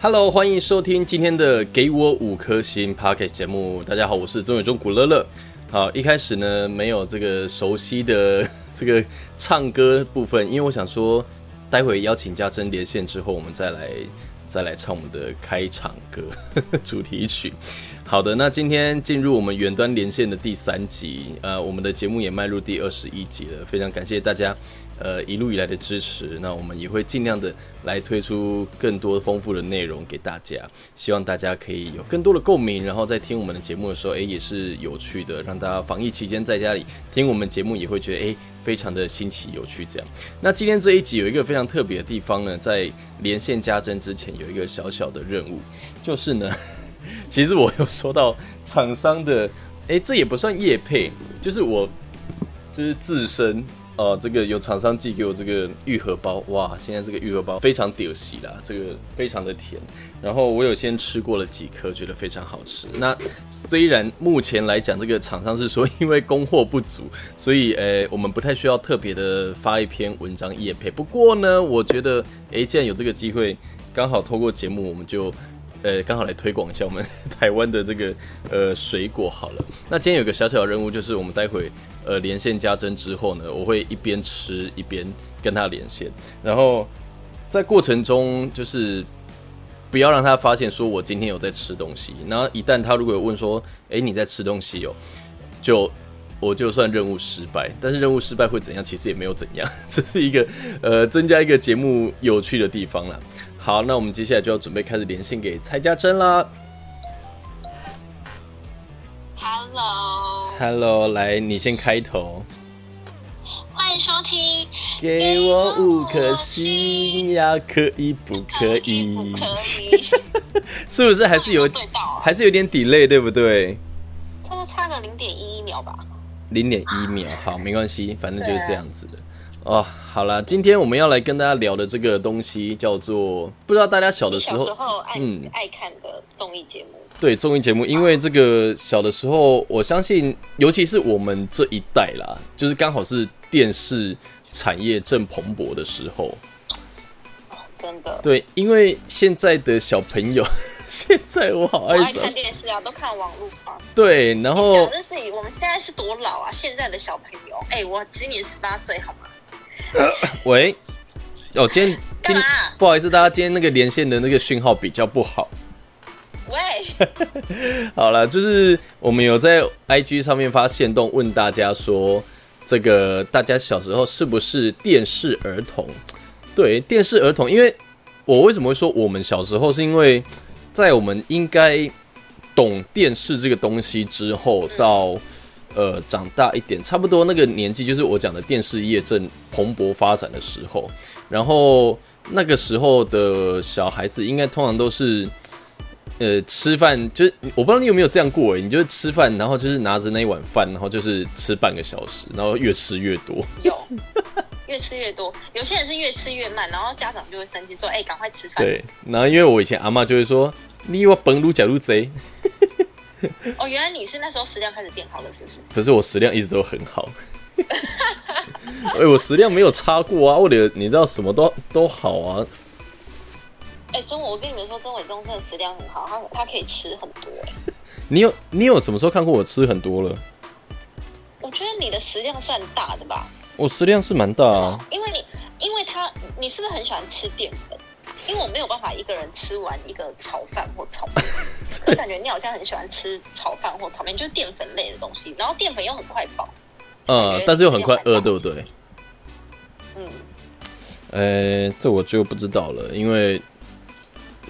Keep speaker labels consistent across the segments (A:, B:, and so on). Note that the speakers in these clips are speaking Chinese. A: Hello，欢迎收听今天的《给我五颗星》Pocket 节目。大家好，我是曾伟忠古乐乐。好，一开始呢没有这个熟悉的 这个唱歌部分，因为我想说，待会邀请家珍连线之后，我们再来再来唱我们的开场歌 主题曲。好的，那今天进入我们远端连线的第三集，呃，我们的节目也迈入第二十一集了，非常感谢大家，呃，一路以来的支持。那我们也会尽量的来推出更多丰富的内容给大家，希望大家可以有更多的共鸣，然后在听我们的节目的时候，诶，也是有趣的，让大家防疫期间在家里听我们节目也会觉得，诶，非常的新奇有趣这样。那今天这一集有一个非常特别的地方呢，在连线加针之前有一个小小的任务，就是呢。其实我有收到厂商的， 诶，这也不算业配，就是我就是自身呃，这个有厂商寄给我这个愈合包，哇，现在这个愈合包非常屌西啦，这个非常的甜。然后我有先吃过了几颗，觉得非常好吃。那虽然目前来讲，这个厂商是说因为供货不足，所以呃，我们不太需要特别的发一篇文章夜配。不过呢，我觉得诶，既然有这个机会，刚好透过节目，我们就呃，刚好来推广一下我们台湾的这个呃水果好了。那今天有个小小的任务，就是我们待会呃连线加针之后呢，我会一边吃一边跟他连线，然后在过程中就是不要让他发现说我今天有在吃东西。然后一旦他如果有问说，诶、你在吃东西哦，就我就算任务失败，但是任务失败会怎样？其实也没有怎样，这是一个呃增加一个节目有趣的地方啦。好，那我们接下来就要准备开始连线给蔡家珍啦。
B: Hello，
A: Hello，来你先开头，
B: 欢迎收听，
A: 给我五颗星呀，可以不可
B: 不
A: 以？
B: 可 以？
A: 是不是还是有
B: 对到啊，
A: 还是有点 delay 对不对？
B: 差不多差个零点一一秒吧。
A: 零点一秒，好，没关系，反正就是这样
B: 啊
A: 子的。哦，好啦，今天我们要来跟大家聊的这个东西叫做，不知道大家小的时
B: 小时
A: 候
B: 候爱、
A: 嗯
B: 爱看的综艺节目，
A: 对综艺节目，因为这个小的时候，我相信，尤其是我们这一代啦，就是刚好是电视产业正蓬勃的时候，
B: 真的。
A: 对，因为现在的小朋友， 现在我好
B: 我
A: 爱
B: 爱
A: 上
B: 看电视啊，都看网络啊。
A: 对，然后
B: 讲着自己，我们现在是多老啊？现在的小朋友，哎、我今年十八岁，好吗？
A: 喂，哦，今天今
B: 干嘛
A: 不好意思，大家今天那个连线的那个讯号比较不好。
B: 喂，
A: 好了，就是我们有在 IG 上面发现动问大家说，这个大家小时候是不是电视儿童？对，电视儿童，因为我为什么会说我们小时候，是因为在我们应该懂电视这个东西之后，到呃长大一点，差不多那个年纪，就是我讲的电视业正蓬勃发展的时候，然后那个时候的小孩子，应该通常都是。呃，吃饭就是我不知道你有没有这样过诶，欸你就是吃饭，然后就是拿着那一碗饭，然后就是吃半个小时，然后越吃越多。
B: 有。越吃越多，有些人是越吃越慢，然后家长就会生气说：“哎、赶快吃饭
A: 对，然后因为我以前阿嬷就会说，你我本路假如贼，！”
B: 哦，原来你是那时候食量开始变好了，是不是？
A: 可是我食量一直都很好。 哎、我食量没有差过啊，我的你知道什么都都好啊。
B: 哎、中我跟你们说，中伟忠真的食量很好，他他可以吃很多、哎，
A: 你有你有什么时候看过我吃很多了？
B: 我觉得你的食量算大的吧，
A: 我食量是蛮大啊，
B: 因为你，因为他，你是不是很喜欢吃淀粉？因为我没有办法一个人吃完一个炒饭或 炒面，我感觉你好像很喜欢吃炒饭或炒面，就是淀粉类的东西，然后淀粉又很快饱，
A: 嗯，但是又很快饿，对不对？
B: 嗯，
A: 呃、这我就不知道了，因为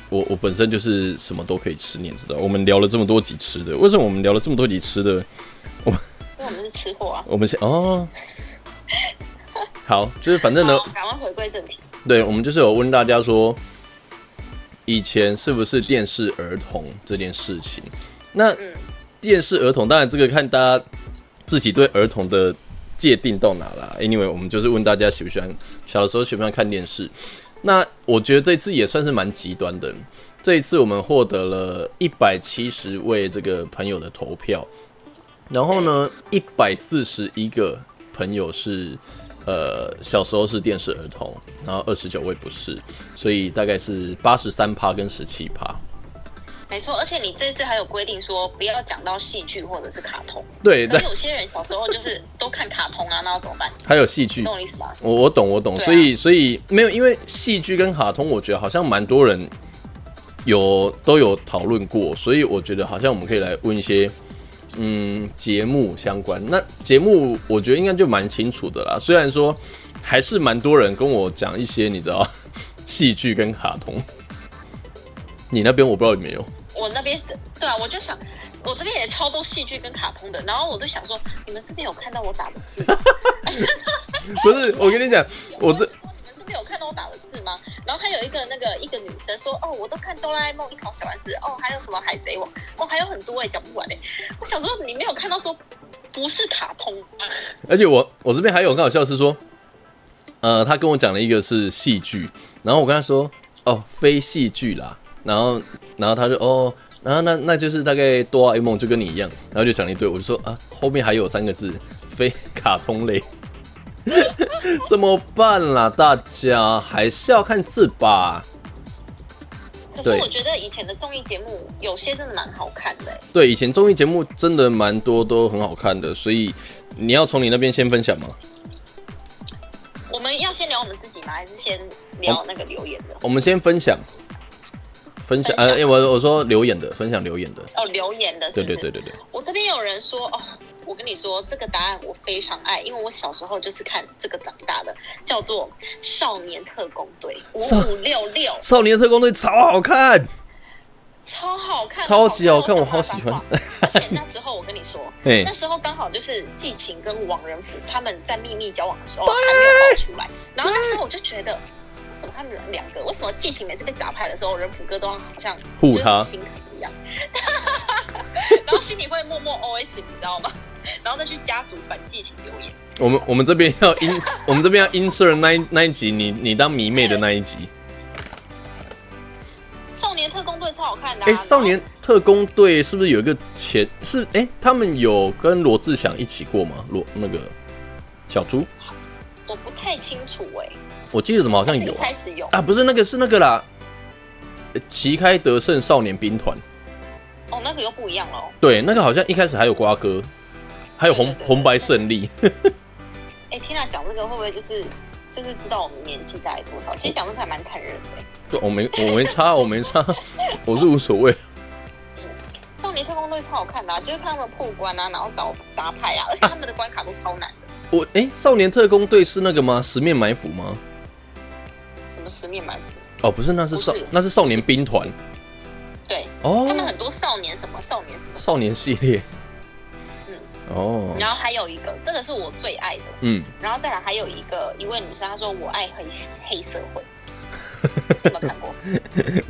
A: 我我本身就是什么都可以吃，你也知道。我们聊了这么多集吃的，为什么我们聊了这么多集吃的？
B: 因为我们是吃货啊。
A: 我们先哦，好，就是反正呢
B: 好，赶快回归正题。
A: 对，我们就是有问大家说，以前是不是电视儿童这件事情？那
B: 嗯
A: 电视儿童，当然这个看大家自己对儿童的界定到哪啦。Anyway，我们就是问大家喜不喜欢小的时候喜不喜欢看电视。那我觉得这次也算是蛮极端的。这一次我们获得了一百七十位这个朋友的投票，然后呢，一百四十一个朋友是呃，小时候是电视儿童，然后二十九位不是，所以大概是八十三趴跟十七趴。
B: 没错，而且你这次还有规定说不要讲到戏剧或者是卡通，
A: 对，
B: 可
A: 但
B: 是有些人小时候就是都看卡通啊，那要怎么办？
A: 还有戏
B: 你
A: 剧
B: 懂，我意思吗？
A: 我我懂我懂，
B: 对啊
A: 所以所以没有，因为戏剧跟卡通，我觉得好像蛮多人有都有讨论过，所以我觉得好像我们可以来问一些嗯节目相关。那节目我觉得应该就蛮清楚的啦，虽然说还是蛮多人跟我讲一些你知道戏剧跟卡通，你那边我不知道有没有。
B: 我那边对啊，我就想，我这边也超多戏剧跟卡通的，然后我就想说，你们是没有看到我打的字吗？
A: 不是，我跟你讲， 我这
B: 就说你们是没有看到我打的字吗？然后还有一个那个一个女生说，哦，我都看哆啦 A 梦、樱桃小丸子，哦，还有什么海贼王，哦，还有很多哎、讲不完哎、我想说你没有看到说不是卡通啊，
A: 而且我我这边还有很好笑的是说，呃，他跟我讲了一个是戏剧，然后我跟他说哦非戏剧啦，然后然后他就哦，然后那那就是大概哆啦 A 梦就跟你一样，然后就讲了一堆，我就说啊后面还有三个字非卡通类， 怎么办啦？大家还是要看字吧。
B: 可
A: 对
B: 是我觉得以前的综艺节目有些真的蛮好看的、哎
A: 对，以前综艺节目真的蛮多都很好看的，所以你要从你那边先分享吗？
B: 我们要先聊我们自己吗？还是先聊
A: 哦
B: 那个留言的？
A: 我们先分享，分享，呃，
B: 分享
A: 诶我我说留言的，分享留言的，
B: 哦，留言的是不
A: 对
B: 是，
A: 对对对对，
B: 我这边有人说哦，我跟你说这个答案我非常爱，因为我小时候就是看这个长大的，叫做《少年特工队》五
A: 少
B: 五六六，
A: 少年特工队超好看，
B: 超好看，
A: 超级好看
B: 到
A: 我好
B: 想
A: 喜
B: 骂
A: 欢
B: 脏话。 而且那时候我跟你说，
A: 哎
B: 那时候刚好就是季晴跟王仁甫他们在秘密交往的时候还没有爆出来，然后那时候我就觉得，为什么他们两个，为什么季晴每次被打派的时候，仁甫哥都好像
A: 护
B: 就是
A: 他
B: 心疼一样， 然后心里会默默 OS，你知道吗？然后再去家族反季晴留言。
A: 我们我们这边 要 in，我们这边要 insert 那一那一集，你你当迷妹的那一集，
B: 少年特工队超好看的、啊，
A: 哎、少年特工队是不是有一个前是哎、他们有跟罗志祥一起过吗？罗那个小猪，
B: 我不太清楚哎、
A: 我记得怎么好像
B: 但是
A: 有
B: 一
A: 啊
B: 开始有
A: 啊，不是那个是那个啦，呃旗开得胜少年兵团。
B: 哦，那个又不一样喽。
A: 对，那个好像一开始还有瓜哥，还有红
B: 对对对对
A: 红白胜利。
B: 哎、天呐，讲这个会不会就是就是知道我们年纪大概多少？其实讲这个还蛮残忍的、欸
A: 对，我没我没差，我没差，我是无所谓。
B: 少年特工队超好看的、啊，就是看他们破关啊，然后找打牌啊，而且他们的关卡都超难的，
A: 我哎、少年特工队是那个吗？十面埋伏吗？
B: 什么十面埋伏，
A: 哦，不是，那是
B: 不
A: 少
B: 是
A: 那是少年兵团
B: 对、他们
A: 哦，
B: 很多少年什么少年什么，
A: 少年系列。
B: 嗯
A: 哦，
B: 然后还有一个这个是我最爱的，
A: 嗯，
B: 然后再来还有一个一位女生，她说我爱黑黑社会，有没有看过？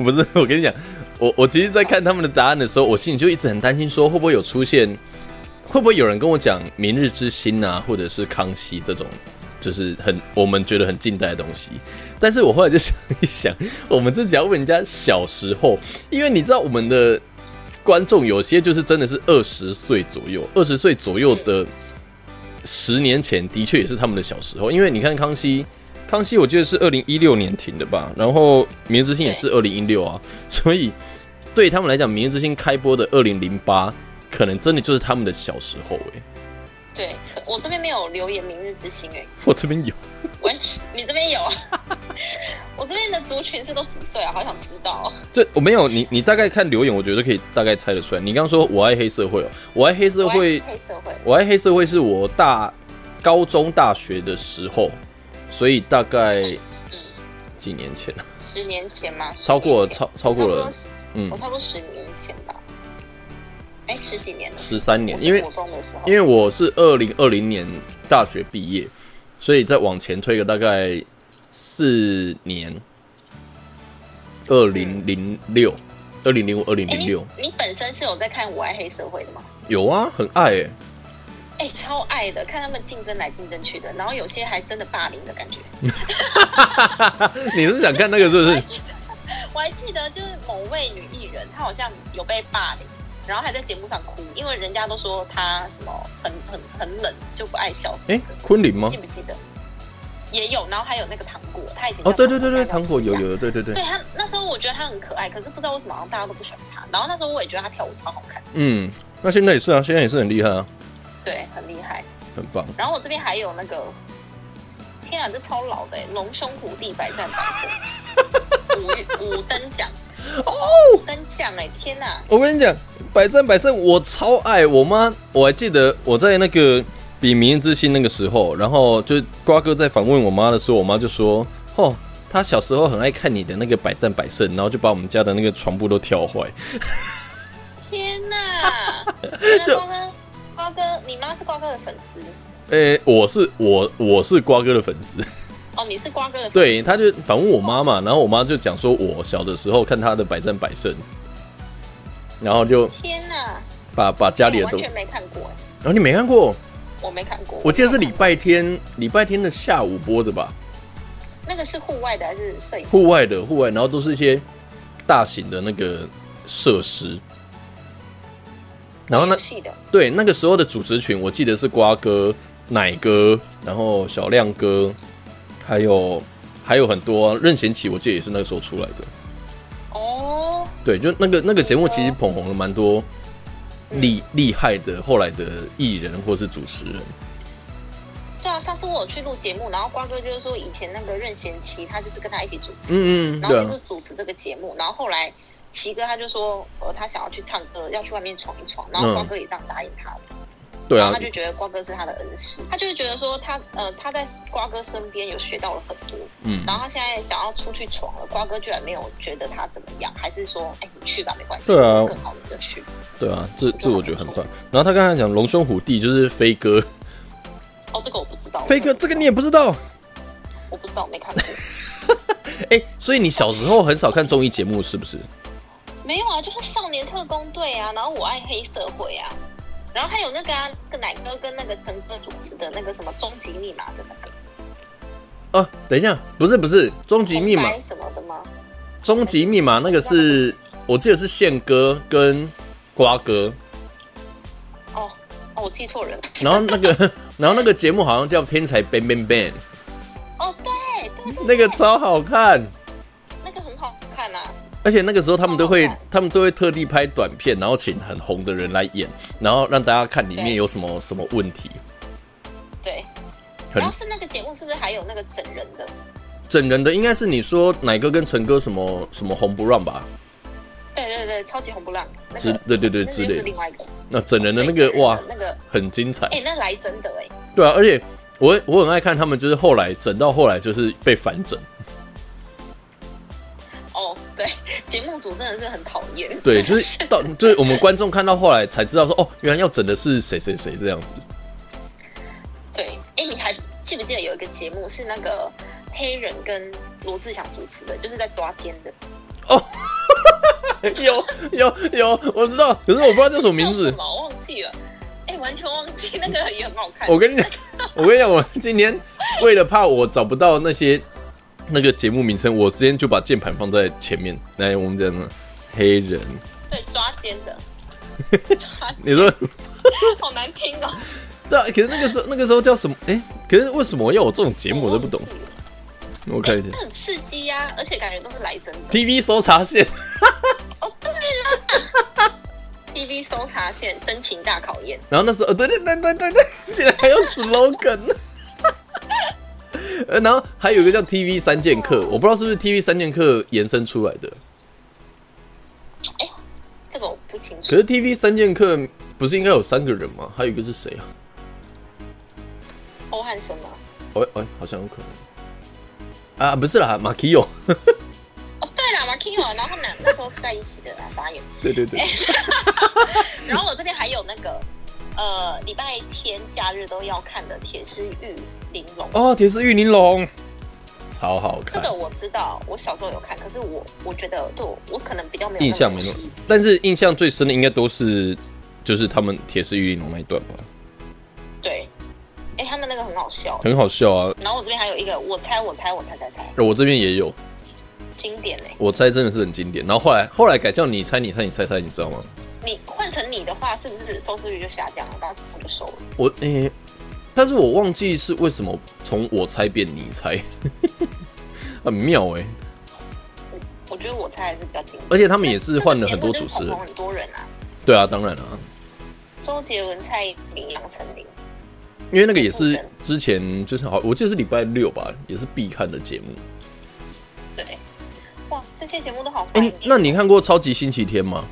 A: 不是，我跟你讲，我我其实，在看他们的答案的时候，我心里就一直很担心，说会不会有出现，会不会有人跟我讲《明日之星》啊，或者是《康熙》这种，就是很我们觉得很近代的东西。但是我后来就想一想，我们自己要问人家小时候，因为你知道我们的观众有些就是真的是二十岁左右，二十岁左右的十年前的确也是他们的小时候，因为你看康熙。康熙我记得是二零一六年停的吧，然后《明日之星》也是二零一六啊，所以对他们来讲，《明日之星》开播的二零零八，可能真的就是他们的小时候哎、
B: 对，可我这边没有留言《明日之星》哎，
A: 我这边有，
B: 完全你这边有， 我这边的族群是都几岁啊？好想知道哦、
A: 这我没有你，你大概看留言，我觉得可以大概猜得出来。你刚刚说我爱黑社会哦，我爱黑社会
B: 我，爱黑社会，
A: 我爱黑社会是我大高中大学的时候，所以大概
B: 嗯，
A: 几年前啊
B: 十年前吗？
A: 超过了
B: 十年前
A: 超超过了，，嗯
B: 我差不多我，差不多十年前吧，哎、十几年了，
A: 十三年，
B: 我是
A: 因为
B: 国中的时候，
A: 因为我是二零二零年大学毕业，所以再往前推个大概四年，二零零六、二零零五、二零
B: 哎
A: 零六，
B: 你你本身是有在看《我爱黑社会》的吗？
A: 有啊，很爱诶、
B: 哎、超爱的，看他们竞争来竞争去的，然后有些还真的霸凌的感觉。
A: 你是想看那个是不是？
B: 我还记得就是某位女艺人，她好像有被霸凌，然后还在节目上哭，因为人家都说她什么很很很冷，就不爱笑。
A: 哎、昆凌吗
B: 记？不记得？也有，然后还有那个糖果，他以前
A: 哦，
B: 在
A: 对对对对，
B: 上班
A: 糖果有。有有，对对对
B: 对，他那时候我觉得他很可爱，可是不知道为什么好像大家都不喜欢他。然后那时候我也觉得他跳舞超好看，
A: 嗯，那现在也是啊，现在也是很厉害啊，
B: 对，很厉害。
A: 很棒。
B: 然后我这边还有那个，天啊，这超老的哎，龙兄虎弟百战百胜，五月五等 奖哦，五等奖哎，天哪！
A: 我跟你讲，百战百胜，我超爱。我妈，我还记得我在那个比明日之星那个时候，然后就瓜哥在访问我妈的时候，我妈就说：“哦，她小时候很爱看你的那个百战百胜，然后就把我们家的那个床铺都挑坏。
B: 天哪！原 来
A: 就
B: 瓜哥，瓜哥，你妈是瓜哥的粉丝
A: 诶、我是我我是瓜哥的粉丝，
B: 哦，你是瓜哥的粉
A: 对，他就反问我妈嘛，然后我妈就讲说，我小的时候看她的百战百胜，然后就
B: 丝。天哪！
A: 把把家里
B: 我
A: 的东，
B: 完全没看过哎，
A: 然后、你没看过？
B: 我没看过。
A: 我记得是
B: 没
A: 礼
B: 有看
A: 拜天礼拜天的下午播的吧。
B: 过那个是户外的还是摄影？
A: 户外的户外，然后都是一些大型的那个设施。然后呢
B: 游，戏的
A: 对那个时候的主持群，我记得是瓜哥、奶哥，然后小亮哥，还有还有很多、啊、任贤齐，我记得也是那个时候出来的。
B: 哦，
A: 对，就那个那个节目其实捧红了蛮多厉厉害的后来的艺人或是主持人。
B: 对啊，上次我有去录节目，然后瓜哥就是说以前那个任贤齐，他就是跟他一起主持，
A: 嗯嗯，
B: 然后
A: 对
B: 就
A: 啊
B: 是，主持这个节目，然后后来齐哥他就说，呃，他想要去唱歌，要去外面闯一闯，
A: 嗯
B: 然后瓜哥也这样答应他了，
A: 对
B: 然
A: 啊
B: 后他，就觉得瓜哥是他的恩师，他就是觉得说他呃他在瓜哥身边有学到了很多，
A: 嗯
B: 然后他现在想要出去闯了，瓜哥居然没有觉得他怎么样，还是说，哎，你去吧，没关系，
A: 对啊
B: 有更好的就去，
A: 对啊，这这我觉得很棒。然后他刚才讲龙兄虎弟就是飞哥，
B: 哦，这个我不知道，
A: 飞哥这个你也不知道。
B: 我不知道，我没看过。
A: 哎、所以你小时候很少看综艺节目是不是？
B: 没有啊，就是少年特工队啊，然后我爱黑社会啊，然后还有那个啊，那个奶哥跟那个陈哥主持的那个什么终极密码的那个
A: 啊，等一下，不是不是，终极密码
B: 红，白什么的吗？
A: 终极密码那个是我记得是宪哥跟瓜哥，
B: 哦哦，我记错人了。
A: 然后那个 然后那个节目好像叫《天才 Bang Bang Bang》，
B: 哦，对对对，
A: 那个超好看，
B: 那个很好看啊。
A: 而且那个时候他们都会
B: 超好看
A: 他们都会特地拍短片，然后请很红的人来演，然后让大家看里面
B: 对哎
A: 有什么什么问题，
B: 对，
A: 很
B: 然后是那个节目是不是还有那个整人的？
A: 整人的应该是你说奶哥跟陈哥什么什么红不让吧？
B: 对对对，超级红不浪，那
A: 之
B: 个
A: 对对对
B: 那就
A: 之
B: 是
A: 类的
B: 另，外一个
A: 那整人的那
B: 对
A: 个
B: 整人
A: 哇，
B: 那个
A: 很精彩。
B: 哎，那来真的哎，
A: 对啊，而且我我很爱看他们，就是后来整到后来就是被反整，
B: 哦对， 节目组真的是很讨厌。
A: 对，就是到就是我们观众看到后来才知道说，哦，原来要整的是谁谁谁这样 子。
B: 对，哎、你还记不记得有一个节目是那个黑人跟罗志祥主持的，就是在抓奸的，
A: 有有有，我知道，可是我不知道叫什么名
B: 叫什
A: 字。
B: 么我忘记了，哎、完全忘记，那个也很好 看。
A: 我跟你讲，我跟你讲，我今天为了怕我找不到那些 那个节目名称，我今天就把键盘放在前面。来，我们讲呢，黑人，
B: 对，抓奸的， 抓
A: 你说
B: 好难听哦、
A: 对啊？可是那个时候那个时候叫什么？哎、可是为什么要我这种节目我都不懂
B: 忘。记了
A: 我看一下
B: 这很刺激呀、而且感觉都是来真的。
A: ，TV 搜查线。
B: TV 搜查线真情大考验，
A: 然后那时候，呃对对对对对对，竟然还有 slogan 呃然后还有一个叫 TV 三剑客，我不知道是不是 TV 三剑客延伸出来的。
B: 这个我不清楚
A: 可。是 TV 三剑客不是应该有三个人吗？还有一个是谁啊？
B: 欧汉生吗？
A: 哎、哎、好像有可能。啊，不是啦，马奎友。
B: 哦，对了 m a k i o 然后他们俩那时候是在一起的啦，傻眼。
A: 对对对，
B: 然后我这边还有那个，呃，礼拜天假日都要看的《铁狮玉玲珑》
A: 哦，铁丝玉玲珑，超好
B: 这
A: 看
B: 个，我知道，我小时候有看，可是我我觉得对我我可能比较没有
A: 印象没
B: 那
A: 那
B: 么
A: 么
B: 熟悉，
A: 但是印象最深的应该都是就是他们铁丝玉玲珑那一段吧，
B: 对，哎、他们那个很好笑。
A: 很好笑啊。
B: 然后我这边还有一个，我猜我猜我猜猜猜，
A: 呃我这边也有，
B: 经典哎、
A: 我猜真的是很经典。然后后来后来改叫你猜你猜你猜猜，你知道吗？
B: 你换成你的话，是不是收视率就下降了？当时我就收了。
A: 我诶、但是我忘记是为什么从我猜变你猜， 很妙哎、
B: 我觉得我猜还是比较经典。
A: 而且他们也是换了很多主持
B: 这个节目就是
A: 人
B: 捧红，很多人啊，
A: 对啊，当然啊，
B: 周杰伦、蔡依林、杨丞琳，
A: 因为那个也是之前就是好，我记得是礼拜六吧，也是必看的节目。
B: 对，哇，这些节目都好怀
A: 哎、
B: 念。
A: 那你看过《超级星期天》吗？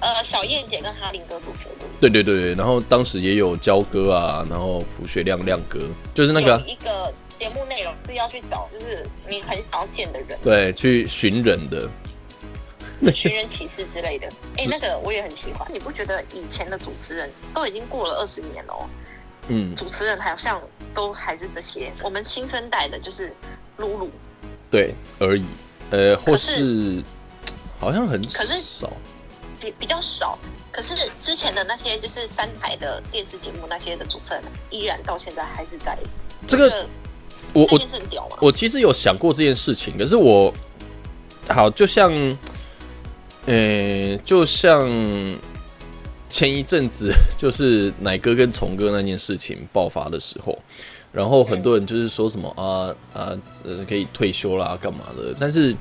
B: 呃，小燕姐跟哈林哥主持的，
A: 对对对对，然后当时也有焦哥啊，然后朴学亮亮哥，就是那个啊、
B: 有一个节目内容是要去找，就是你很想要见的人，
A: 对去寻人的，
B: 寻人启事之类的。哎、那个我也很喜欢。你不觉得以前的主持人都已经过了二十年了、哦，
A: 嗯，
B: 主持人好像都还是这些？我们新生代的就是露露，
A: 对而已，呃，或
B: 可
A: 是
B: 是
A: 好像很
B: 可是
A: 少，
B: 比比较少。可是之前的那些就是三台的电视节目那些的主持人，依然到现在还是在。
A: 这个我
B: 这
A: 我
B: 件事很屌啊！
A: 我其实有想过这件事情，可是我好就像，呃、就像前一阵子 就是奶哥跟虫哥那件事情爆发的时候，然后很多人就是说什么啊啊呃可以退休啦干嘛的，但是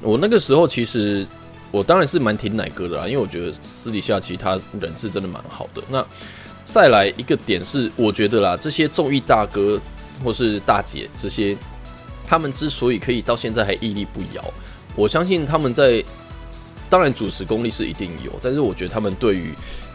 A: 我那个时候其实我当然是蛮挺奶哥的啦，啊因为我觉得私底下其实他人是真的蛮好的。那再来一个点是，我觉得啦，这些综艺大哥或是大姐这些，他们之所以可以到现在还屹立不摇，我相信他们在当然主持功力是一定有，但是我觉得他们对于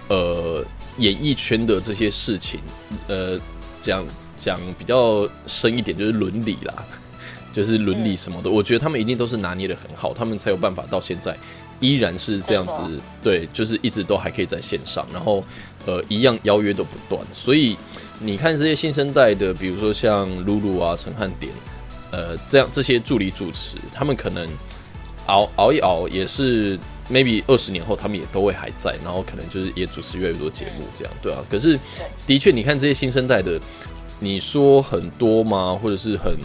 A: 呃演艺圈的这些事情，呃讲讲比较深一点就是伦理啦， 就是伦理什么的，我觉得他们一定都是拿捏的很好，他们才有办法到现在依然是这样子
B: 真，
A: 对，就是一直都还可以在线上，然后呃一样邀约都不断，所以你看这些新生代的，比如说像露露啊、陈汉典，呃，这样这些助理主持，他们可能熬熬一熬，也是 maybe 二十年后他们也都会还在，然后可能就是也主持越来越多节目这样，对啊。可是的确，你看这些新生代的，你说很多吗？或者是很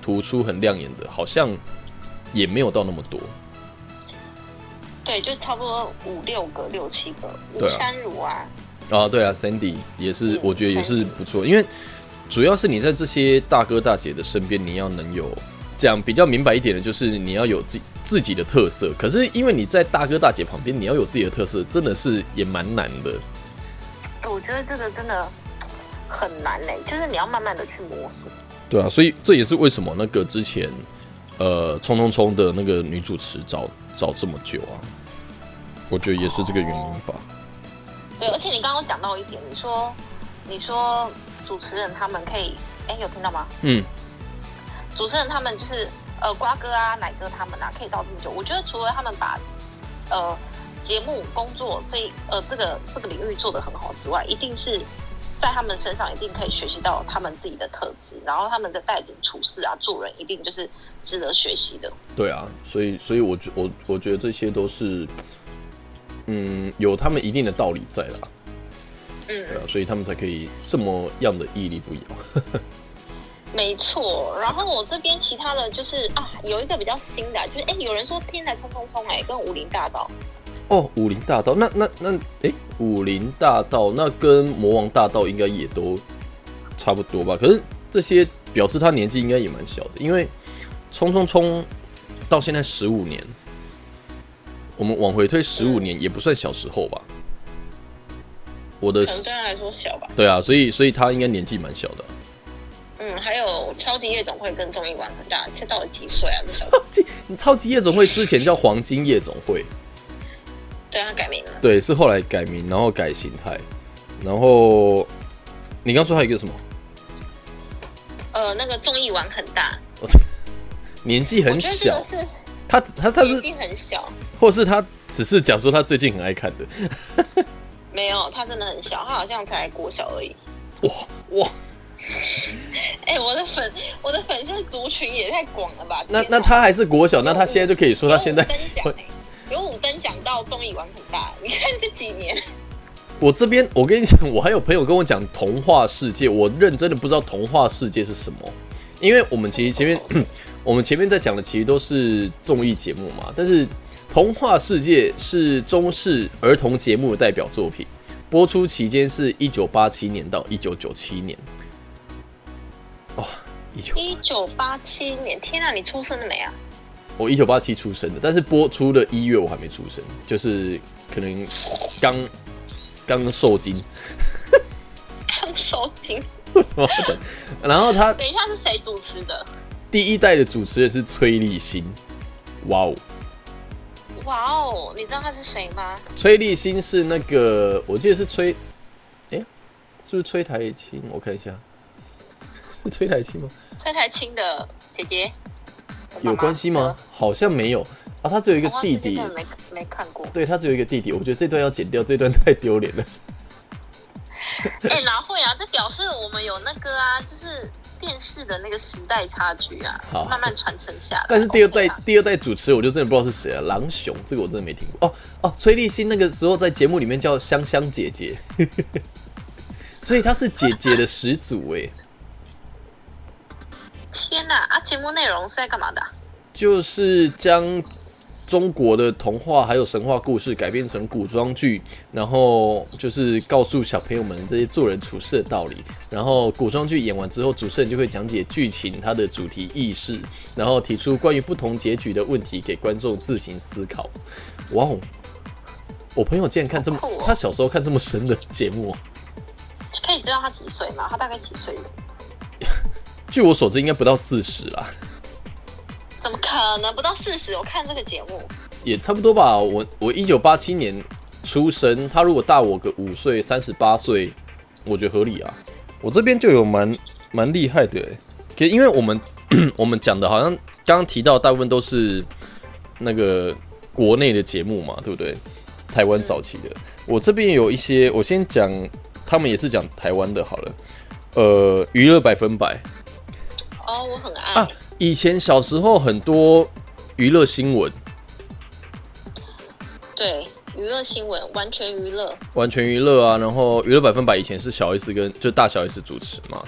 A: 突出、很亮眼的，好像也没有到那么多。
B: 对，就差不多五六个、六七个。吴
A: 对啊
B: 山如啊，
A: 啊，对啊，Sandy 也是
B: 嗯，
A: 我觉得也是不错，因为主要是你在这些大哥大姐的身边，你要能有讲比较明白一点的，就是你要有自自己的特色。可是因为你在大哥大姐旁边，你要有自己的特色，真的是也蛮难的。
B: 我觉得这个真的很难呢、就是你要慢慢的去摸索。
A: 对啊，所以这也是为什么那个之前呃《冲冲冲》的那个女主持找找这么久啊，我觉得也是这个原因吧。
B: 对，而且你刚刚讲到一点，你说你说主持人他们可以，哎，有听到吗？
A: 嗯，
B: 主持人他们就是呃瓜哥啊、奶哥他们啊，可以到这么久。我觉得除了他们把呃节目工作这一呃这个这个领域做得很好之外，一定是在他们身上一定可以学习到他们自己的特质，然后他们的待人处事啊、做人一定就是值得学习的。
A: 对啊，所以所以我觉我我觉得这些都是，嗯，有他们一定的道理在啦，
B: 嗯，
A: 对啊，所以他们才可以这么样的屹立不摇。
B: 没错，然后我这边其他的就是啊，有一个比较新的啊、就是哎、有人说《天才冲冲冲》哎，跟《武林大道
A: 哦，武林大道，那那那，诶，武林大道那跟魔王大道应该也都差不多吧？可是这些表示他年纪应该也蛮小的，因为冲冲冲到现在十五年，我们往回推十五年也不算小时候吧？我》，的
B: 可能对他来说小吧。
A: 对啊，所以所以他应该年纪蛮小的。
B: 嗯，还有《超级夜总会》跟综艺玩很大，这到底几岁啊？这小子
A: 超级超级夜总会之前叫黄金夜总会，
B: 对他改名了，
A: 对，是后来改名，然后改形态，然后你刚说还有一个什么？
B: 呃，那个综艺玩很大，
A: 年纪很
B: 我觉得这
A: 小
B: 个，是
A: 他他他
B: 年
A: 是，
B: 纪很小，
A: 或是他只是讲说他最近很爱看的，
B: 没有，他真的很小，他好像才国小而已。
A: 哇哇，
B: 哎、我的粉， 我的粉丝族群也太广了吧？
A: 那
B: 天哪
A: 那他还是国小，那他现在就可以说他现在
B: 有五等奖
A: 会
B: 哎有五等奖到综艺玩很大，你看这几年。
A: 我这边，我跟你讲，我还有朋友跟我讲童话世界，我认真的不知道童话世界是什么，因为我们其实前 面哦我们前面在讲的其实都是综艺节目嘛，但是童话世界是中式儿童节目的代表作品，播出期间是一九八七年到一九九七年。哇、一九
B: 一九八七年，天啊，你出生了没啊？
A: 我一九八七出生的，但是播出的一月我还没出生，就是可能刚刚受精。
B: 刚收听。
A: 为 什么要讲？然后他
B: 等一下是谁主持的？
A: 第一代的主持人是崔立新，哇哦！
B: 哇哦，你知道他是谁吗？
A: 崔立新是那个，我记得是崔，哎、是不是崔台青？我看一下，是崔台青吗？
B: 崔台青的姐姐。哦
A: 有关系
B: 啊
A: 吗？好像没有啊，他只有一
B: 一
A: 个弟弟，
B: 没没看过。
A: 对他只有一个弟弟。我觉得这段要剪掉，这段太丢脸了。
B: 哎、哪会啊？这表示我们有那个啊，就是电视的那个时代差距啊
A: 好，
B: 慢慢传承下来。
A: 但是第二
B: OK
A: 代
B: 啊
A: 第二代主持，我就真的不知道是谁了。狼熊这个我真的没听过。哦哦，崔立新那个时候在节目里面叫香香姐姐， 所以她是姐姐的始祖哎、
B: 天哪啊！节目内容是在干嘛的啊、
A: 就是将中国的童话还有神话故事改编成古装剧，然后就是告诉小朋友们这些做人处事的道理。然后古装剧演完之后，主持人就会讲解剧情它的主题意识，然后提出关于不同结局的问题给观众自行思考。哇哦！我朋友竟然看这么，
B: 好酷哦
A: 他小时候看这么深的节目哦、
B: 可以知道他几岁吗？他大概几岁了？
A: 据我所知应该不到四十啦，
B: 怎么可能不到四十？我看这个节目，
A: 也差不多吧。我我一九八七年出生，他如果大我个五岁，三十八岁，我觉得合理啊。我这边就有蛮蛮厉害的欸，可因为我们 我们讲的好像刚刚提到大部分都是那个国内的节目嘛，对不对？台湾早期的，我这边有一些，我先讲，他们也是讲台湾的好了。呃，娱乐百分百，
B: 哦，我很爱。
A: 啊以前小时候很多娱乐新闻，
B: 对，娱乐新闻，完全娱乐。
A: 完全娱乐啊，然后娱乐百分百以前是小 S 跟就大小 S 主持嘛，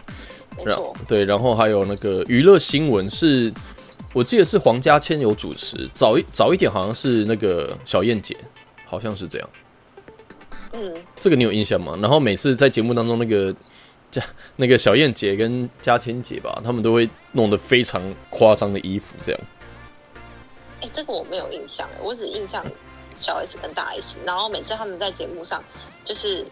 B: 没
A: 然
B: 错，
A: 对，啊然后还有那个娱乐新闻是，我记得是黄家千有主持，早一早一点好像是那个小燕姐，好像是这样，
B: 嗯，
A: 这个你有印象吗？然后每次在节目当中那个家那个小燕姐跟家千姐吧，他们都会弄得非常夸张的衣服这样，
B: 哎、这个我没有印象，我只印象小 S 跟大 S，然后每次他们在节目上就是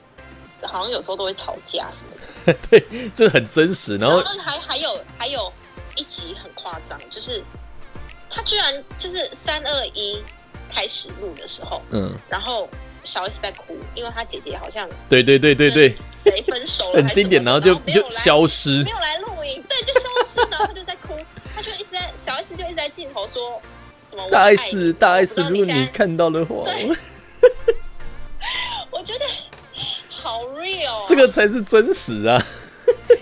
B: 好像有时候都会吵架什么的，
A: 对，就是很真实，然
B: 然
A: 后
B: 后还还有还有一集很夸张，就是他居然就是三二一开始录的时候，
A: 嗯，
B: 然后小 S 在哭，因为她姐姐好像
A: 对对对对对，
B: 谁分手了，
A: 很经典，然后就
B: 没有
A: 就
B: 来
A: 消失
B: 没，有来录影，对，就消失，然后他就在哭，他就一直在小 S 就一直在镜头说什么我
A: 大
B: 爱你
A: S 大 S，
B: 我
A: 如
B: 不知道
A: 果
B: 你
A: 你
B: 现
A: 看到的话。
B: 对在 我觉得好 real，、啊
A: 这个才是真实啊！
B: 对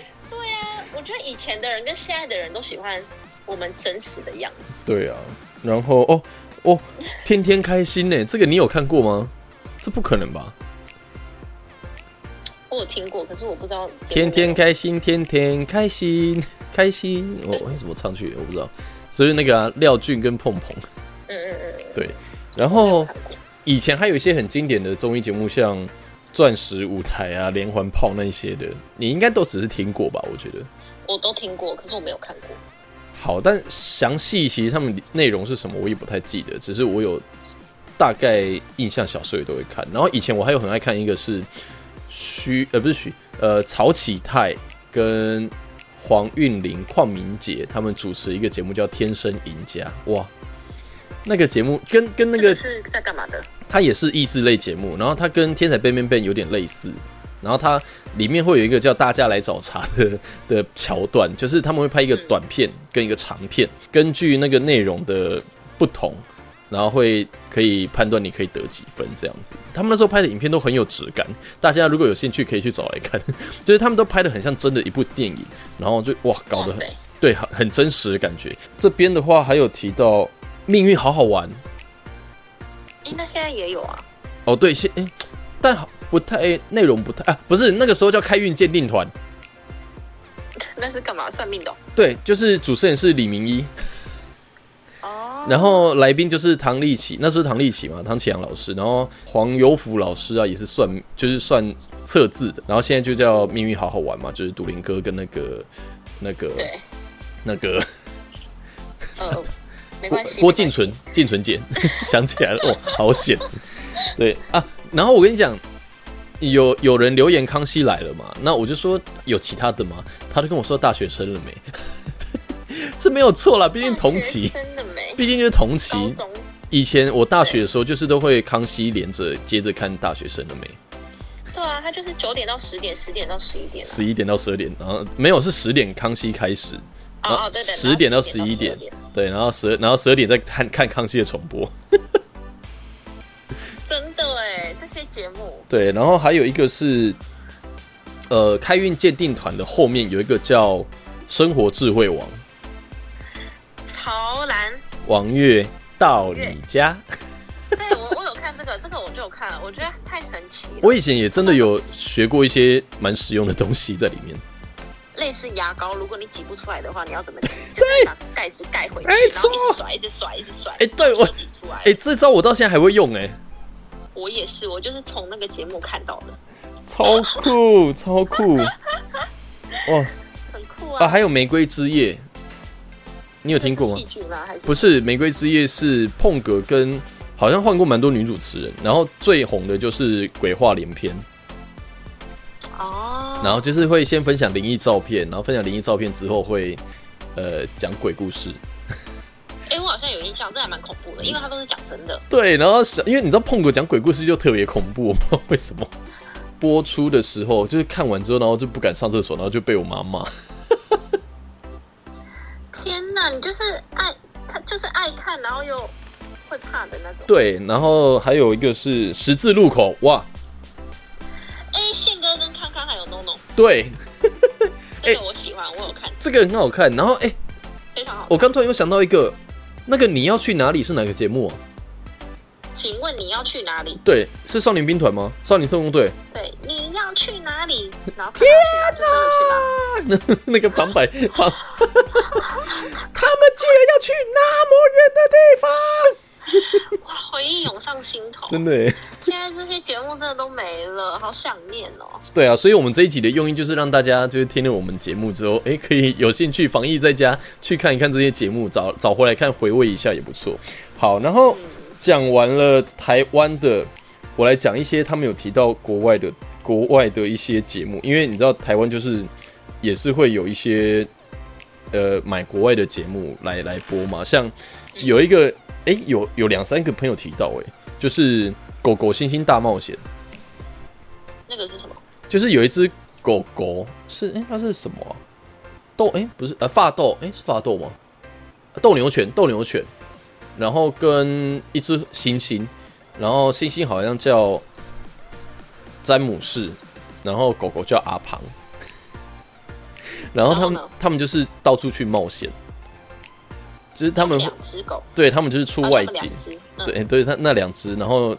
B: 啊，我觉得以前的人跟现在的人都喜欢我们真实的样子，
A: 对啊，然后哦哦，天天开心呢，这个你有看过吗？这不可能吧？
B: 我有听过，可是我不知道
A: 天天开心，天天开心，开心，我、我怎么唱去？我不知道。所以那个、啊、廖俊跟碰碰，
B: 嗯嗯嗯嗯，
A: 对。然
B: 我没有
A: 后
B: 看过
A: 以前还有一些很经典的综艺节目，像《钻石舞台》啊、《连环炮》那一些的，你应该都只是听过吧？我觉得。
B: 我都听过，可是我没有看过，
A: 好，但详细其实他们内容是什么我也不太记得，只是我有大概印象，小时候也都会看。然后以前我还有很爱看一个是徐呃不是徐呃曹启泰跟黄韵玲、邝明杰他们主持一个节目叫《天生赢家》，哇，那个节目跟跟那
B: 这个
A: 个
B: 是在干嘛的？
A: 它也是益智类节目，然后它跟《天才 Ben Ben Ben》有点类似，然后它里面会有一个叫“大家来找茬的”的桥段，就是他们会拍一个短片跟一个长片，根据那个内容的不同，然后会可以判断你可以得几分这样子。他们那时候拍的影片都很有质感，大家如果有兴趣可以去找来看，就是他们都拍的很像真的一部电影，然后就哇搞得
B: 哇
A: 很
B: 塞
A: 对，很很真实的感觉。这边的话还有提到《命运好好玩》，
B: 哎、那现在也有啊，
A: 哦，对，现、诶但好不太诶内、容不太啊，不是那个时候叫开运鉴定团，
B: 那是干嘛算命的哦
A: 对，就是主持人是李明一，
B: 哦，
A: 然后来宾就是唐立奇，那是唐立奇嘛，唐启阳老师，然后黄有福老师啊，也是算就是算测字的，然后现在就叫《命运好好玩》嘛，就是杜林哥跟那个那个
B: 对，
A: 那个
B: 呃，没关系。
A: 郭
B: 没关系
A: 靖纯，靖纯姐 想起 来了，哦，好险，对啊，然后我跟你讲。有有人留言康熙来了嘛？那我就说有其他的吗？他就跟我说大学生了没，是没有 错啦，毕竟同期，
B: 真的没。
A: 毕竟就是同期，
B: 高中
A: 以前我大学的时候，就是都会康熙连着接着看《大学生了没》，
B: 对啊，他就是九点到十点，十点到十一点啊。
A: 十一点到十二点，然后没有是十点康熙开始，然
B: 哦
A: 后
B: 哦，对对。
A: 呃十点到十
B: 十
A: 一点
B: 点，，
A: 对，然后十然后十二点再看看康熙的重播，
B: 真的哎，这些节目
A: 对，然后还有一个是，呃，开运鉴定团的后面有一个叫生活智慧王
B: 潮蓝。
A: 王月到你家，
B: 对我我有看这个，这 个我就有看了，我觉得太神奇了。
A: 我以前也真的有学过一些蛮实用的东西在里面，
B: 类似牙膏，如果你挤不出来的话，你要 怎么挤？就是把盖子盖回去，
A: 没
B: 然后
A: 错
B: 一直甩，一直甩，一直甩。
A: 哎对我
B: 就挤出来。
A: 哎、这招我到现在还会用、哎。
B: 我也是，我就是从那个节目看到的，
A: 超酷，超酷！哦
B: 很酷啊。
A: 啊，还有《玫瑰之夜》，你有
B: 有
A: 听过吗
B: 戏？剧吗？还是
A: 不是，《玫瑰之夜》是碰格跟好像换过蛮多女主持人，然后最红的就是鬼话连篇，
B: 哦，
A: 然后就是会先分享灵异照片，然后分享灵异照片之后会呃讲鬼故事。
B: 哎、我好像有印象，这还蛮恐怖的，因为他都是讲真的。
A: 对，然后是因为你知道碰格讲鬼故事就特别恐怖，我不知道为什么。播出的时候就是看完之后，然后就不敢上厕所，然后就被我妈骂。
B: 天哪，你就是爱他，就是爱看，然后又会怕的那种。
A: 对，然后还有一个是十字路口，哇，
B: 哎、宪哥跟康康还有 NONO，
A: 对，
B: 这个我喜欢，我有看，
A: 这个很好看。然后，哎、
B: 非常好看。
A: 我刚突然又想到一个，那个你要去哪里是哪个节目啊？
B: 请问你要去哪里？
A: 对，是少年兵团吗？少年特工队？
B: 对，你要去哪里？然后天哪，就真的去哪里？
A: 那 那个旁白旁， 他们居然要去那么远的地方，
B: 哇，回忆涌上心头。
A: 真的耶。
B: 现在这些节目真的都没了，好想念哦。
A: 对啊，所以我们这一集的用意就是让大家就是听了我们节目之后，哎，可以有兴趣防疫在家去看一看这些节目，找找回来看回味一下也不错。好，然后讲完了台湾的，我来讲一些他们有提到国外的国外的一些节目，因为你知道台湾就是也是会有一些呃买国外的节目来来播嘛，像有一个哎、诶有有两三个朋友提到哎、诶就是《狗狗星星大冒险》。
B: 那个是什么？
A: 就是有一只狗狗是哎、诶它是什么、啊？斗哎、不是呃发豆哎、诶是发豆吗？呃斗牛犬斗牛犬，然后跟一只猩猩，然后猩猩好像叫詹姆士，然后狗狗叫阿庞，然后他
B: 然
A: 们
B: 后呢
A: 他们就是到处去冒险，就是他们
B: 两只狗，
A: 对他们嗯就是出
B: 然后
A: 外
B: 他们
A: 景
B: 两，只，嗯，
A: 对，对，他那两只，然后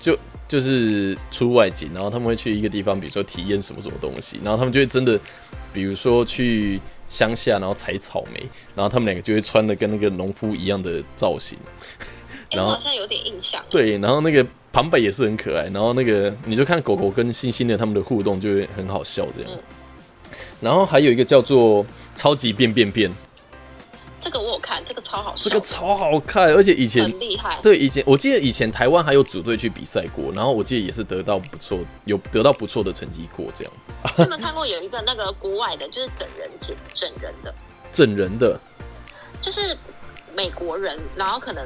A: 就就是出外景，然后他们会去一个地方，比如说体验什么什么东西，然后他们就会真的，比如说去乡下，然后采草莓，然后他们两个就会穿的跟那个农夫一样的造型，
B: 诶
A: 然后
B: 我好像有点印象。
A: 对，然后那个旁白也是很可爱，然后那个你就看狗狗跟猩猩的他们的互动就会很好笑这样
B: 嗯，
A: 然后还有一个叫做超级变变变，
B: 这个我有看，这个超好笑，
A: 这个超好看，而且以前
B: 很厉害。
A: 对，以前我记得以前台湾还有组队去比赛过，然后我记得也是得到不错，有得到不错的成绩过这样子。
B: 你有没有看过有一个那个国外的，就是整人节整人的，
A: 整人的
B: 就是美国人，然后可能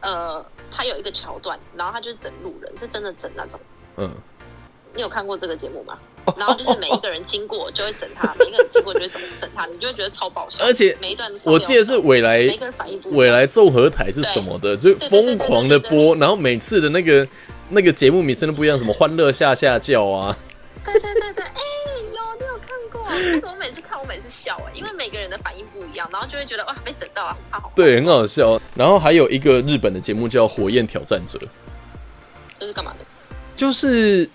B: 呃，他有一个桥段，然后他就是整路人，是真的整那种。
A: 嗯，
B: 你有看过这个节目吗？
A: 哦
B: 然后就是每一个人经过就会整 他，每一个人经过就会整整他，你就会觉得超爆笑。
A: 而且
B: 每一段都超
A: 我记得是
B: 爆笑
A: 未来
B: 每一个人反应不一样
A: 未来综合台是什么的，就疯狂的播，然后每次的那个那个节目名称都不一样，什么欢乐下下叫啊，
B: 对对对对，哎、有你有看过？但是我每次看我每次笑哎、因为每个人的反应不一样，然后就会觉得哇被整到了，啊好，
A: 对，很好笑。然后还有一个日本的节目叫《火焰挑战者》，
B: 这是干嘛的？
A: 就是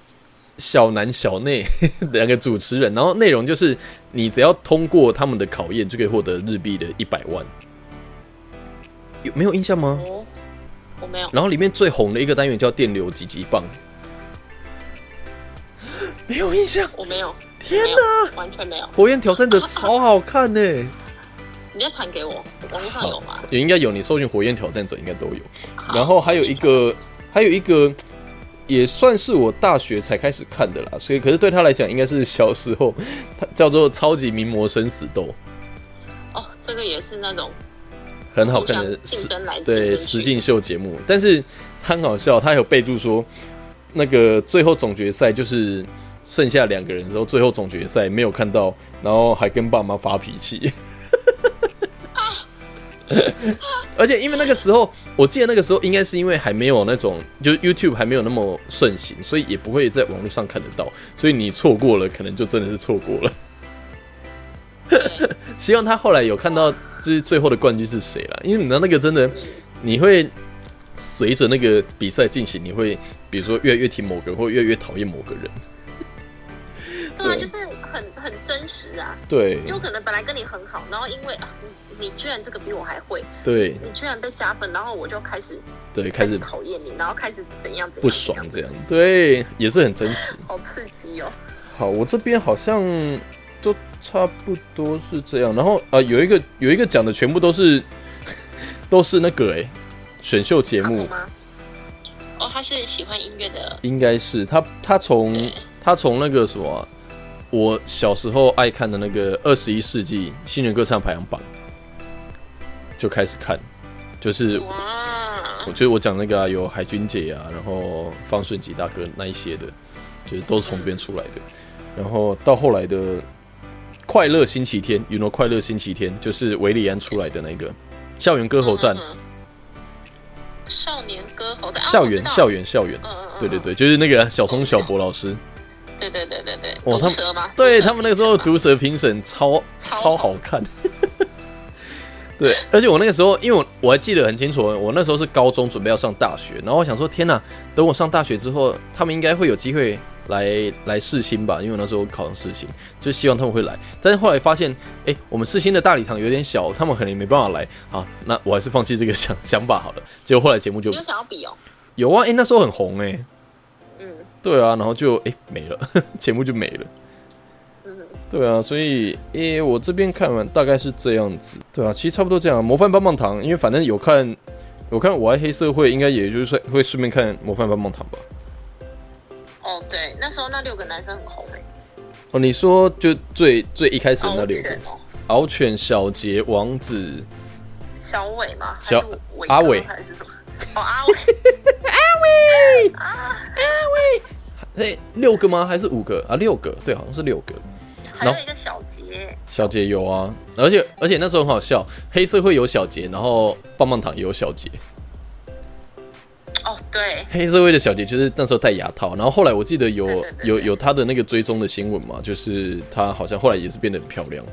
A: 小南小内 两个主持人，然后内容就是你只要通过他们的考验，就可以获得日币的一百万。有没有印象吗？
B: 哦，我没有，
A: 然后里面最红的一个单元叫电流急急棒，没有印象。
B: 我没有，
A: 天
B: 哪，完全没有。
A: 火焰挑战者超好看欸呢、
B: 你要传给我，网络上有吗？
A: 也应该有，你搜寻火焰挑战者应该都有。然后还有一个，还有一个，也算是我大学才开始看的啦，所以可是对他来讲应该是小时候，它叫做《超级名模生死斗》，
B: 哦，这个也是那种
A: 很好看的
B: 互相竞
A: 哦实
B: 争来竞
A: 对
B: 争去
A: 实境秀节目，但是它很好笑，它还有备注说，那个最后总决赛就是剩下两个人的时候，最后总决赛没有看到，然后还跟爸妈发脾气。 而且因为那个时候，我记得那个时候应该是因为还没有那种，就是 YouTube 还没有那么盛行，所以也不会在网络上看得到，所以你错过了，可能就真的是错过了。
B: 对啊
A: 希望他后来有看到就是最后的冠军是谁了，因为你知道那个真的，你会随着那个比赛进行，你会比如说越来越挺某个人，或越来越讨厌某个人。
B: 对啊，
A: 对嗯
B: 就是很很真实啊。
A: 对
B: 就可能本来跟你很好，然后因为啊，你你居然这个比我还会，
A: 对
B: 你居然被加分，然后我就开始
A: 对，开始
B: 讨厌你，然后开始怎样怎样
A: 不爽这样，对，也是很真实。
B: 好刺激哦！
A: 好，我这边好像都差不多是这样。然后啊、呃有一个有一个讲的全部都是都是那个哎、选秀节
B: 阿
A: 目
B: 童，吗？哦，他是喜欢音乐的，
A: 应该是他他从
B: 对
A: 他从那个什么啊、我小时候爱看的那个二十一世纪新人歌唱排行榜就开始看，就是
B: 哇
A: 我，觉得我讲那个、啊、有海军姐啊，然后方顺吉大哥那一些的，就是都是从这边出来的。然后到后来的《快乐星期天》，you know，《快乐星期天》就是韦礼安出来的那个校园歌喉战
B: 嗯，嗯嗯少年歌喉战，啊
A: 校园校，园校园
B: 我知道，嗯嗯嗯，
A: 对对对，就是那个啊小松小博老师，
B: 对对对对对，
A: 哦哇他
B: 毒
A: 们
B: 蛇吗？
A: 对
B: 毒蛇
A: 他们那个时候
B: 吗
A: 毒蛇评审超
B: 超
A: 超好看。 对，而且我那个时候，因为我我还记得很清楚，我那时候是高中准备要上大学，然后我想说，天呐，等我上大学之后，他们应该会有机会来来世新吧，因为我那时候考上世新，就希望他们会来。但是后来发现，哎、我们世新的大礼堂有点小，他们可能也没办法来。好，那我还是放弃这个想 想法好了。结果后来节目就
B: 你有想要比哦？
A: 有啊，哎、那时候很红哎、
B: 嗯
A: 对啊，然后就哎、没了， 节目就没了。
B: 嗯，
A: 对啊，所以诶、我这边看完大概是这样子。对啊，其实差不多这样。模范棒棒糖，因为反正有看，有看我爱黑社会，应该也就是说会顺便看模范棒棒糖吧。
B: 哦对，那时候那六个男生很红哎，
A: 哦，你说就最最一开始的那
B: 敖
A: 六个
B: 犬，哦，
A: 敖犬、小杰、王子，
B: 小伟吗？
A: 小
B: 还是伟
A: 阿
B: 哥
A: 伟
B: 还是什么？哦，阿伟，
A: 诶、六个吗？还是五个啊？六个，对，好像是六个。
B: 还有一个小杰，
A: 小杰有啊，而且而且那时候很好笑，黑社会有小杰，然后棒棒糖也有小杰。
B: 哦，对，
A: 黑社会的小姐就是那时候戴牙套，然后后来我记得有
B: 对对对
A: 有有她的那个追踪的新闻嘛，就是她好像后来也是变得很漂亮，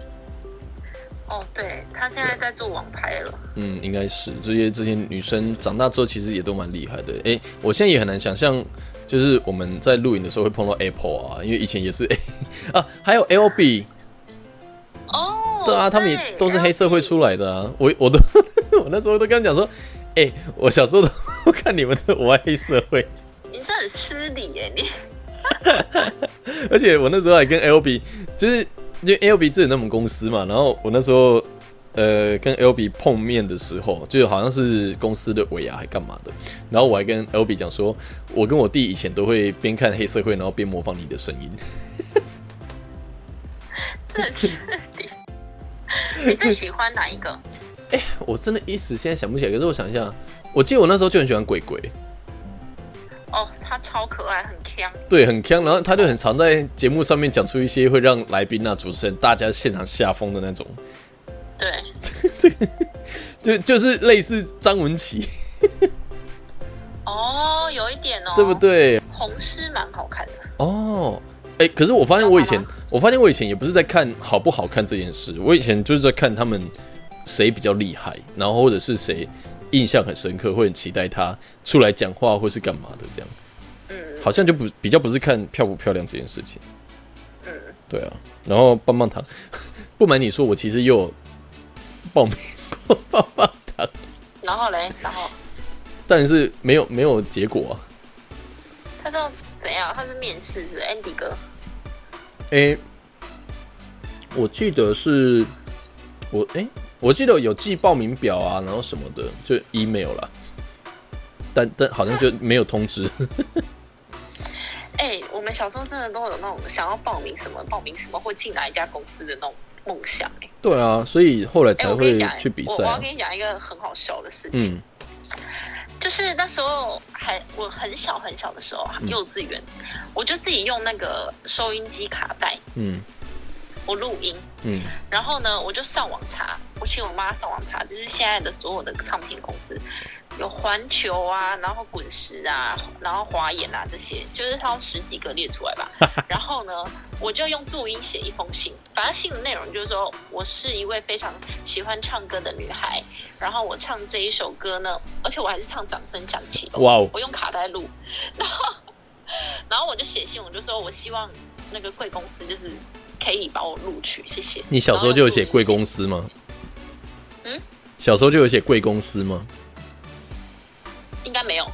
B: 哦，对，他现在在做网拍了，
A: 嗯，应该是这些这些女生长大之后其实也都蛮厉害的。诶，我现在也很难想象，就是我们在录影的时候会碰到 Apple 啊，因为以前也是 啊，还有 L B，
B: 哦，
A: 对啊，他们也都是黑社会出来的啊，我我都 我那时候都跟他们讲说，诶，我小时候都 看你们的我爱黑社会。
B: 你这很失礼哎，你
A: 而且我那时候还跟 L B，就是就 L B 自己那们公司嘛，然后我那时候呃跟 L B 碰面的时候，就好像是公司的尾牙还干嘛的，然后我还跟 L B 讲说，我跟我弟以前都会边看黑社会，然后边模仿你的声音。
B: 这很失礼。你最喜欢哪一个？
A: 我真的一时现在想不起来，可是我想一下，我记得我那时候就很喜欢鬼鬼，
B: 哦，他超可爱，很强。
A: 对，很强，然后他就很常在节目上面讲出一些会让来宾啊、主持人大家现场吓疯的那种，
B: 对，
A: 就就是类似张文琪，
B: 哦，有一点哦，
A: 对不？对？
B: 红狮蛮好看的。
A: 哦，哎、可是我发现我以前
B: 干，
A: 我发现我以前也不是在看好不好看这件事，我以前就是在看他们谁比较厉害，然后或者是谁印象很深刻，会很期待他出来讲话或是干嘛的这样，
B: 嗯
A: 好像就不比较不是看漂不漂亮这件事情。
B: 嗯，
A: 对啊，然后棒棒 糖，不瞒你说，我其实又有报名过棒棒糖，
B: 然后嘞，然后
A: 但是没有没有结果啊。
B: 他知道怎样？他是面试是 Andy 哥，
A: 诶、我记得是，我诶、我记得有寄报名表啊，然后什么的，就 email 啦。但但好像就没有通知，
B: 哎、我们小时候真的都有那种想要报名什么报名什么或进哪一家公司的那种梦想、哎
A: 对啊，所以后来
B: 哎、
A: 才
B: 我跟
A: 会
B: 你讲，
A: 去比
B: 我
A: 赛、
B: 我要
A: 啊。
B: 跟你讲一个很好笑的事情，
A: 嗯
B: 就是那时候还我很小很小的时候，
A: 嗯
B: 幼稚园，我就自己用那个收音机卡带
A: 嗯
B: 我录音，
A: 嗯
B: 然后呢，我就上网查，我请我妈上网查，就是现在的所有的唱片公司，有环球啊，然后滚石啊，然后华研啊这些，就是它有十几个列出来吧。然后呢，我就用注音写一封信，反正信的内容就是说，我是一位非常喜欢唱歌的女孩，然后我唱这一首歌呢，而且我还是唱《掌声响起》哦，
A: 哇哦，
B: 我用卡带录， 然后然后我就写信，我就说我希望那个贵公司就是可以把我录取，谢谢。
A: 你小时候就有写贵公司吗？
B: 嗯，
A: 小时候就有写贵公司吗？
B: 应该 没有，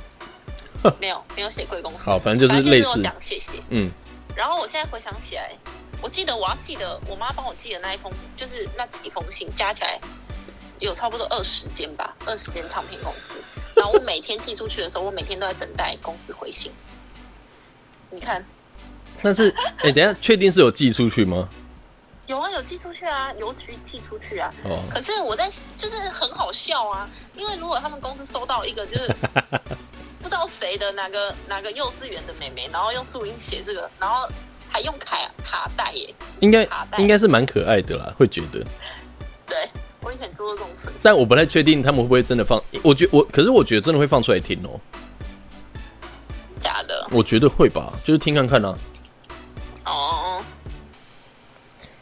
B: 没有没有写贵公司，
A: 好，反正就是类
B: 反正跟
A: 似
B: 我，讲谢谢。
A: 嗯
B: 然后我现在回想起来，我记得我要记得我妈帮我寄的那一封，就是那几封信加起来有差不多二十间吧，二十间唱片公司。然后我每天寄出去的时候，我每天都在等待公司回信。你看，
A: 但是哎、等一下确定是有寄出去吗？
B: 有啊，有寄出去啊，邮局寄出去啊。
A: 哦，
B: 可是我在就是很好笑啊，因为如果他们公司收到一个就是 不知道谁的哪个哪个幼稚园的妹妹，然后用注音写这个，然后还用卡卡带耶，
A: 应该
B: 卡带
A: 应该是蛮可爱的啦，会觉得。
B: 对我以前做过这种蠢事，
A: 但我不太确定他们会不会真的放，我觉我可是我觉得真的会放出来听哦、
B: 假的
A: 我觉得会吧，就是听看看啊。
B: 哦，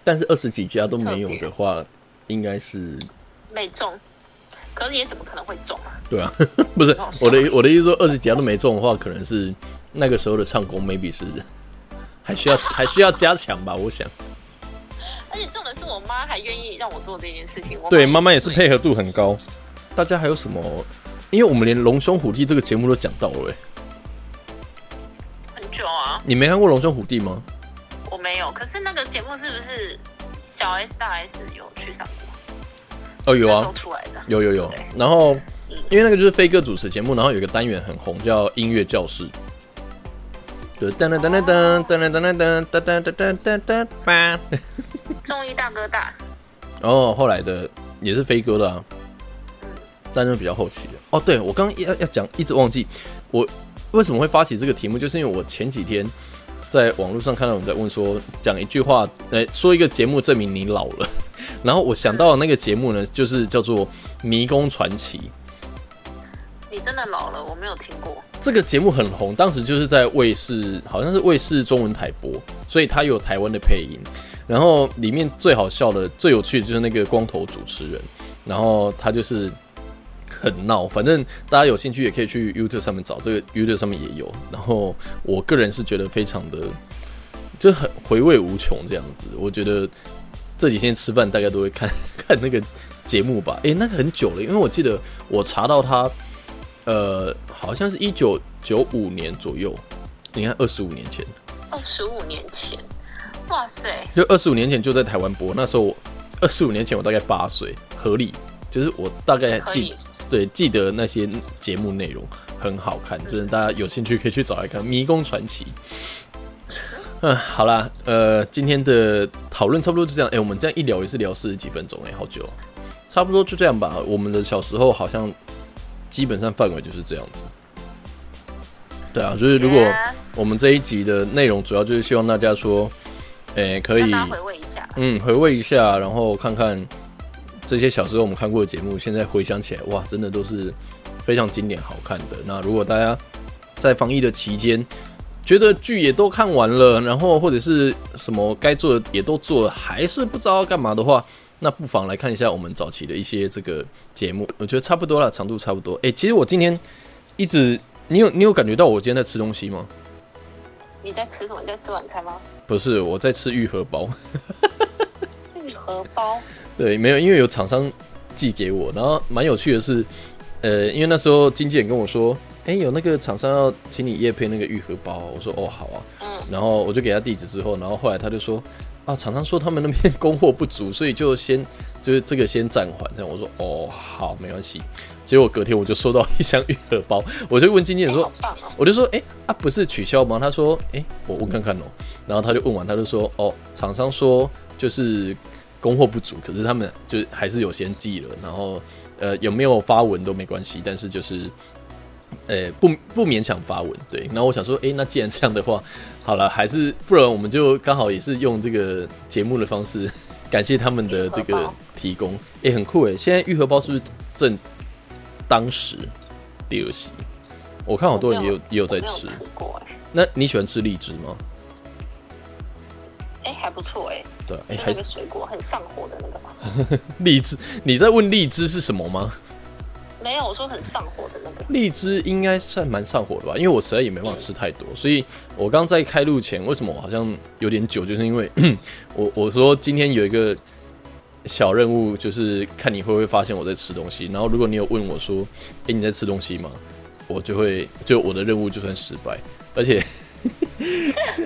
A: 但是二十几家都没有的话，应该是
B: 没中，可是也怎么可能会中啊？
A: 对啊， 不是我的我的意思说二十几家都没中的话，可能是那个时候的唱功 maybe 是还需要还需要加强吧，我想。
B: 而且重点是我妈还愿意让我做这件事情，我
A: 对，妈妈也是
B: 对
A: 配合度很高。大家还有什么？因为我们连《龙兄虎弟》这个节目都讲到了、欸，
B: 很久啊，
A: 你没看过《龙兄虎弟》吗？
B: 我没有。可是那个节目是不是小 S 大 S 有去上过？
A: 哦，有
B: 那时
A: 啊
B: 候，出来的，
A: 有有有
B: 对。
A: 然后因为那个就是飞哥主持节目，然后有个单元很红，叫音乐教室。对，噔噔噔噔噔噔噔噔噔噔噔噔噔噔噔。
B: 综艺大哥大，
A: 哦，后来的也是飞哥的啊，
B: 嗯。
A: 但是比较后期的。哦，对我刚刚要要讲，一直忘记我为什么会发起这个题目，就是因为我前几天在网络上看到有人在问说，讲一句话，呃，说一个节目证明你老了。然后我想到的那个节目呢，就是叫做《迷宫传奇》。
B: 你真的老了，我没有听过。
A: 这个节目很红，当时就是在卫视，好像是卫视中文台播，所以它有台湾的配音。然后里面最好笑的、最有趣的就是那个光头主持人，然后他就是很闹。反正大家有兴趣也可以去 YouTube 上面找，这个 YouTube 上面也有。然后我个人是觉得非常的，就很回味无穷这样子。我觉得这几天吃饭大概都会看看那个节目吧。诶，那个很久了，因为我记得我查到它。呃，好像是一九九五年左右，你看二十五年前，
B: 二十五年前，哇塞，
A: 就二十五年前就在台湾播，那时候我二十五年前我大概八岁，合理，就是我大概
B: 可
A: 记
B: 以。
A: 对记得那些节目内容很好看，真的大家有兴趣可以去找来看《迷宫传奇》。 嗯，好啦，呃，今天的讨论差不多就这样。哎、我们这样一聊也是聊四十几分钟，哎，好久哦、差不多就这样吧。我们的小时候好像基本上范围就是这样子。对啊，就是如果
B: Yes
A: 我们这一集的内容主要就是希望大家说，哎、可
B: 让
A: 以
B: 大家回味一下。
A: 嗯，回味一下，然后看看这些小时候我们看过的节目，现在回想起来，哇，真的都是非常经典、好看的。那如果大家在防疫的期间，觉得剧也都看完了，然后或者是什么该做的也都做了，还是不知道要干嘛的话，那不妨来看一下我们早期的一些这个节目，我觉得差不多了，长度差不多。诶、其实我今天一直，你有你有感觉到我今天在吃东西吗？
B: 你在吃什么？你在吃晚餐吗？
A: 不是，我在吃玉荷包。
B: 玉荷包，
A: 对，没有，因为有厂商寄给我，然后蛮有趣的是，哎、呃，因为那时候经纪人跟我说，哎、有那个厂商要请你夜配那个愈合包，我说哦好啊，
B: 嗯
A: 然后我就给他地址之后，然后后来他就说啊，厂商说他们那边供货不足，所以就先就是这个先暂缓。这样我说哦好，没关系。结果隔天我就收到一箱愈合包，我就问经纪人
B: 哎
A: 说
B: 好，棒哦，
A: 我就说，哎、啊，不是取消吗？他说，哎、我问看看哦、然后他就问完，他就说，哦，厂商说就是供货不足，可是他们就还是有先寄了，然后呃有没有发文都没关系，但是就是。呃，不不勉强发文，对。然后我想说，哎、那既然这样的话，好了，还是不然我们就刚好也是用这个节目的方式， 感谢他们的这
B: 愈合
A: 个
B: 包
A: 提供，哎、很酷哎。现在愈合包是不是正当时第二席？我看好多人也有也有
B: 我没
A: 在
B: 有
A: 吃。
B: 吃过哎、
A: 那你喜欢吃荔枝吗？
B: 哎、还不错哎、
A: 对啊，哎、
B: 就
A: 还
B: 那
A: 是
B: 个水果很上火的那个嘛。
A: 荔枝？你在问荔枝是什么吗？
B: 没有，我说很上火的那个。
A: 荔枝应该算蛮上火的吧，因为我实在也没办法吃太多，所以我刚在开录前，为什么我好像有点久，就是因为 我我说今天有一个小任务，就是看你会不会发现我在吃东西，然后如果你有问我说，诶、你在吃东西吗？我就会就我的任务就算失败，而且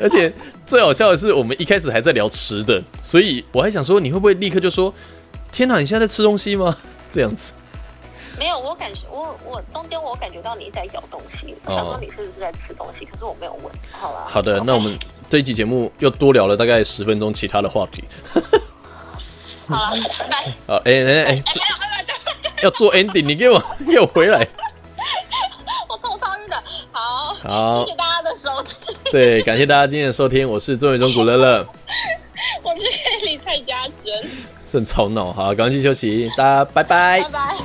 A: 而且最好笑的是，我们一开始还在聊吃的，所以我还想说你会不会立刻就说，天哪，你现在在吃东西吗？这样子。
B: 没有，我感觉我我中间我感觉到你一直在咬东西，我想说你是不是在吃东西，可是我没有问。好了，
A: 哦好的，那我们这一期节目又多聊了大概十分钟其他的话题。
B: 好了，拜 拜。
A: 啊，哎哎哎，
B: 哎、
A: 这
B: 没有，拜拜，对
A: 要做 ending，你给我给我回来。
B: 我头超晕的。好，
A: 好
B: 谢谢大家的收听，
A: 对，感谢大家今天的收听，我是中原中古乐 乐，
B: 我是理蔡家珍，
A: 甚吵闹，好，赶快去休息，大家拜拜
B: 拜。拜。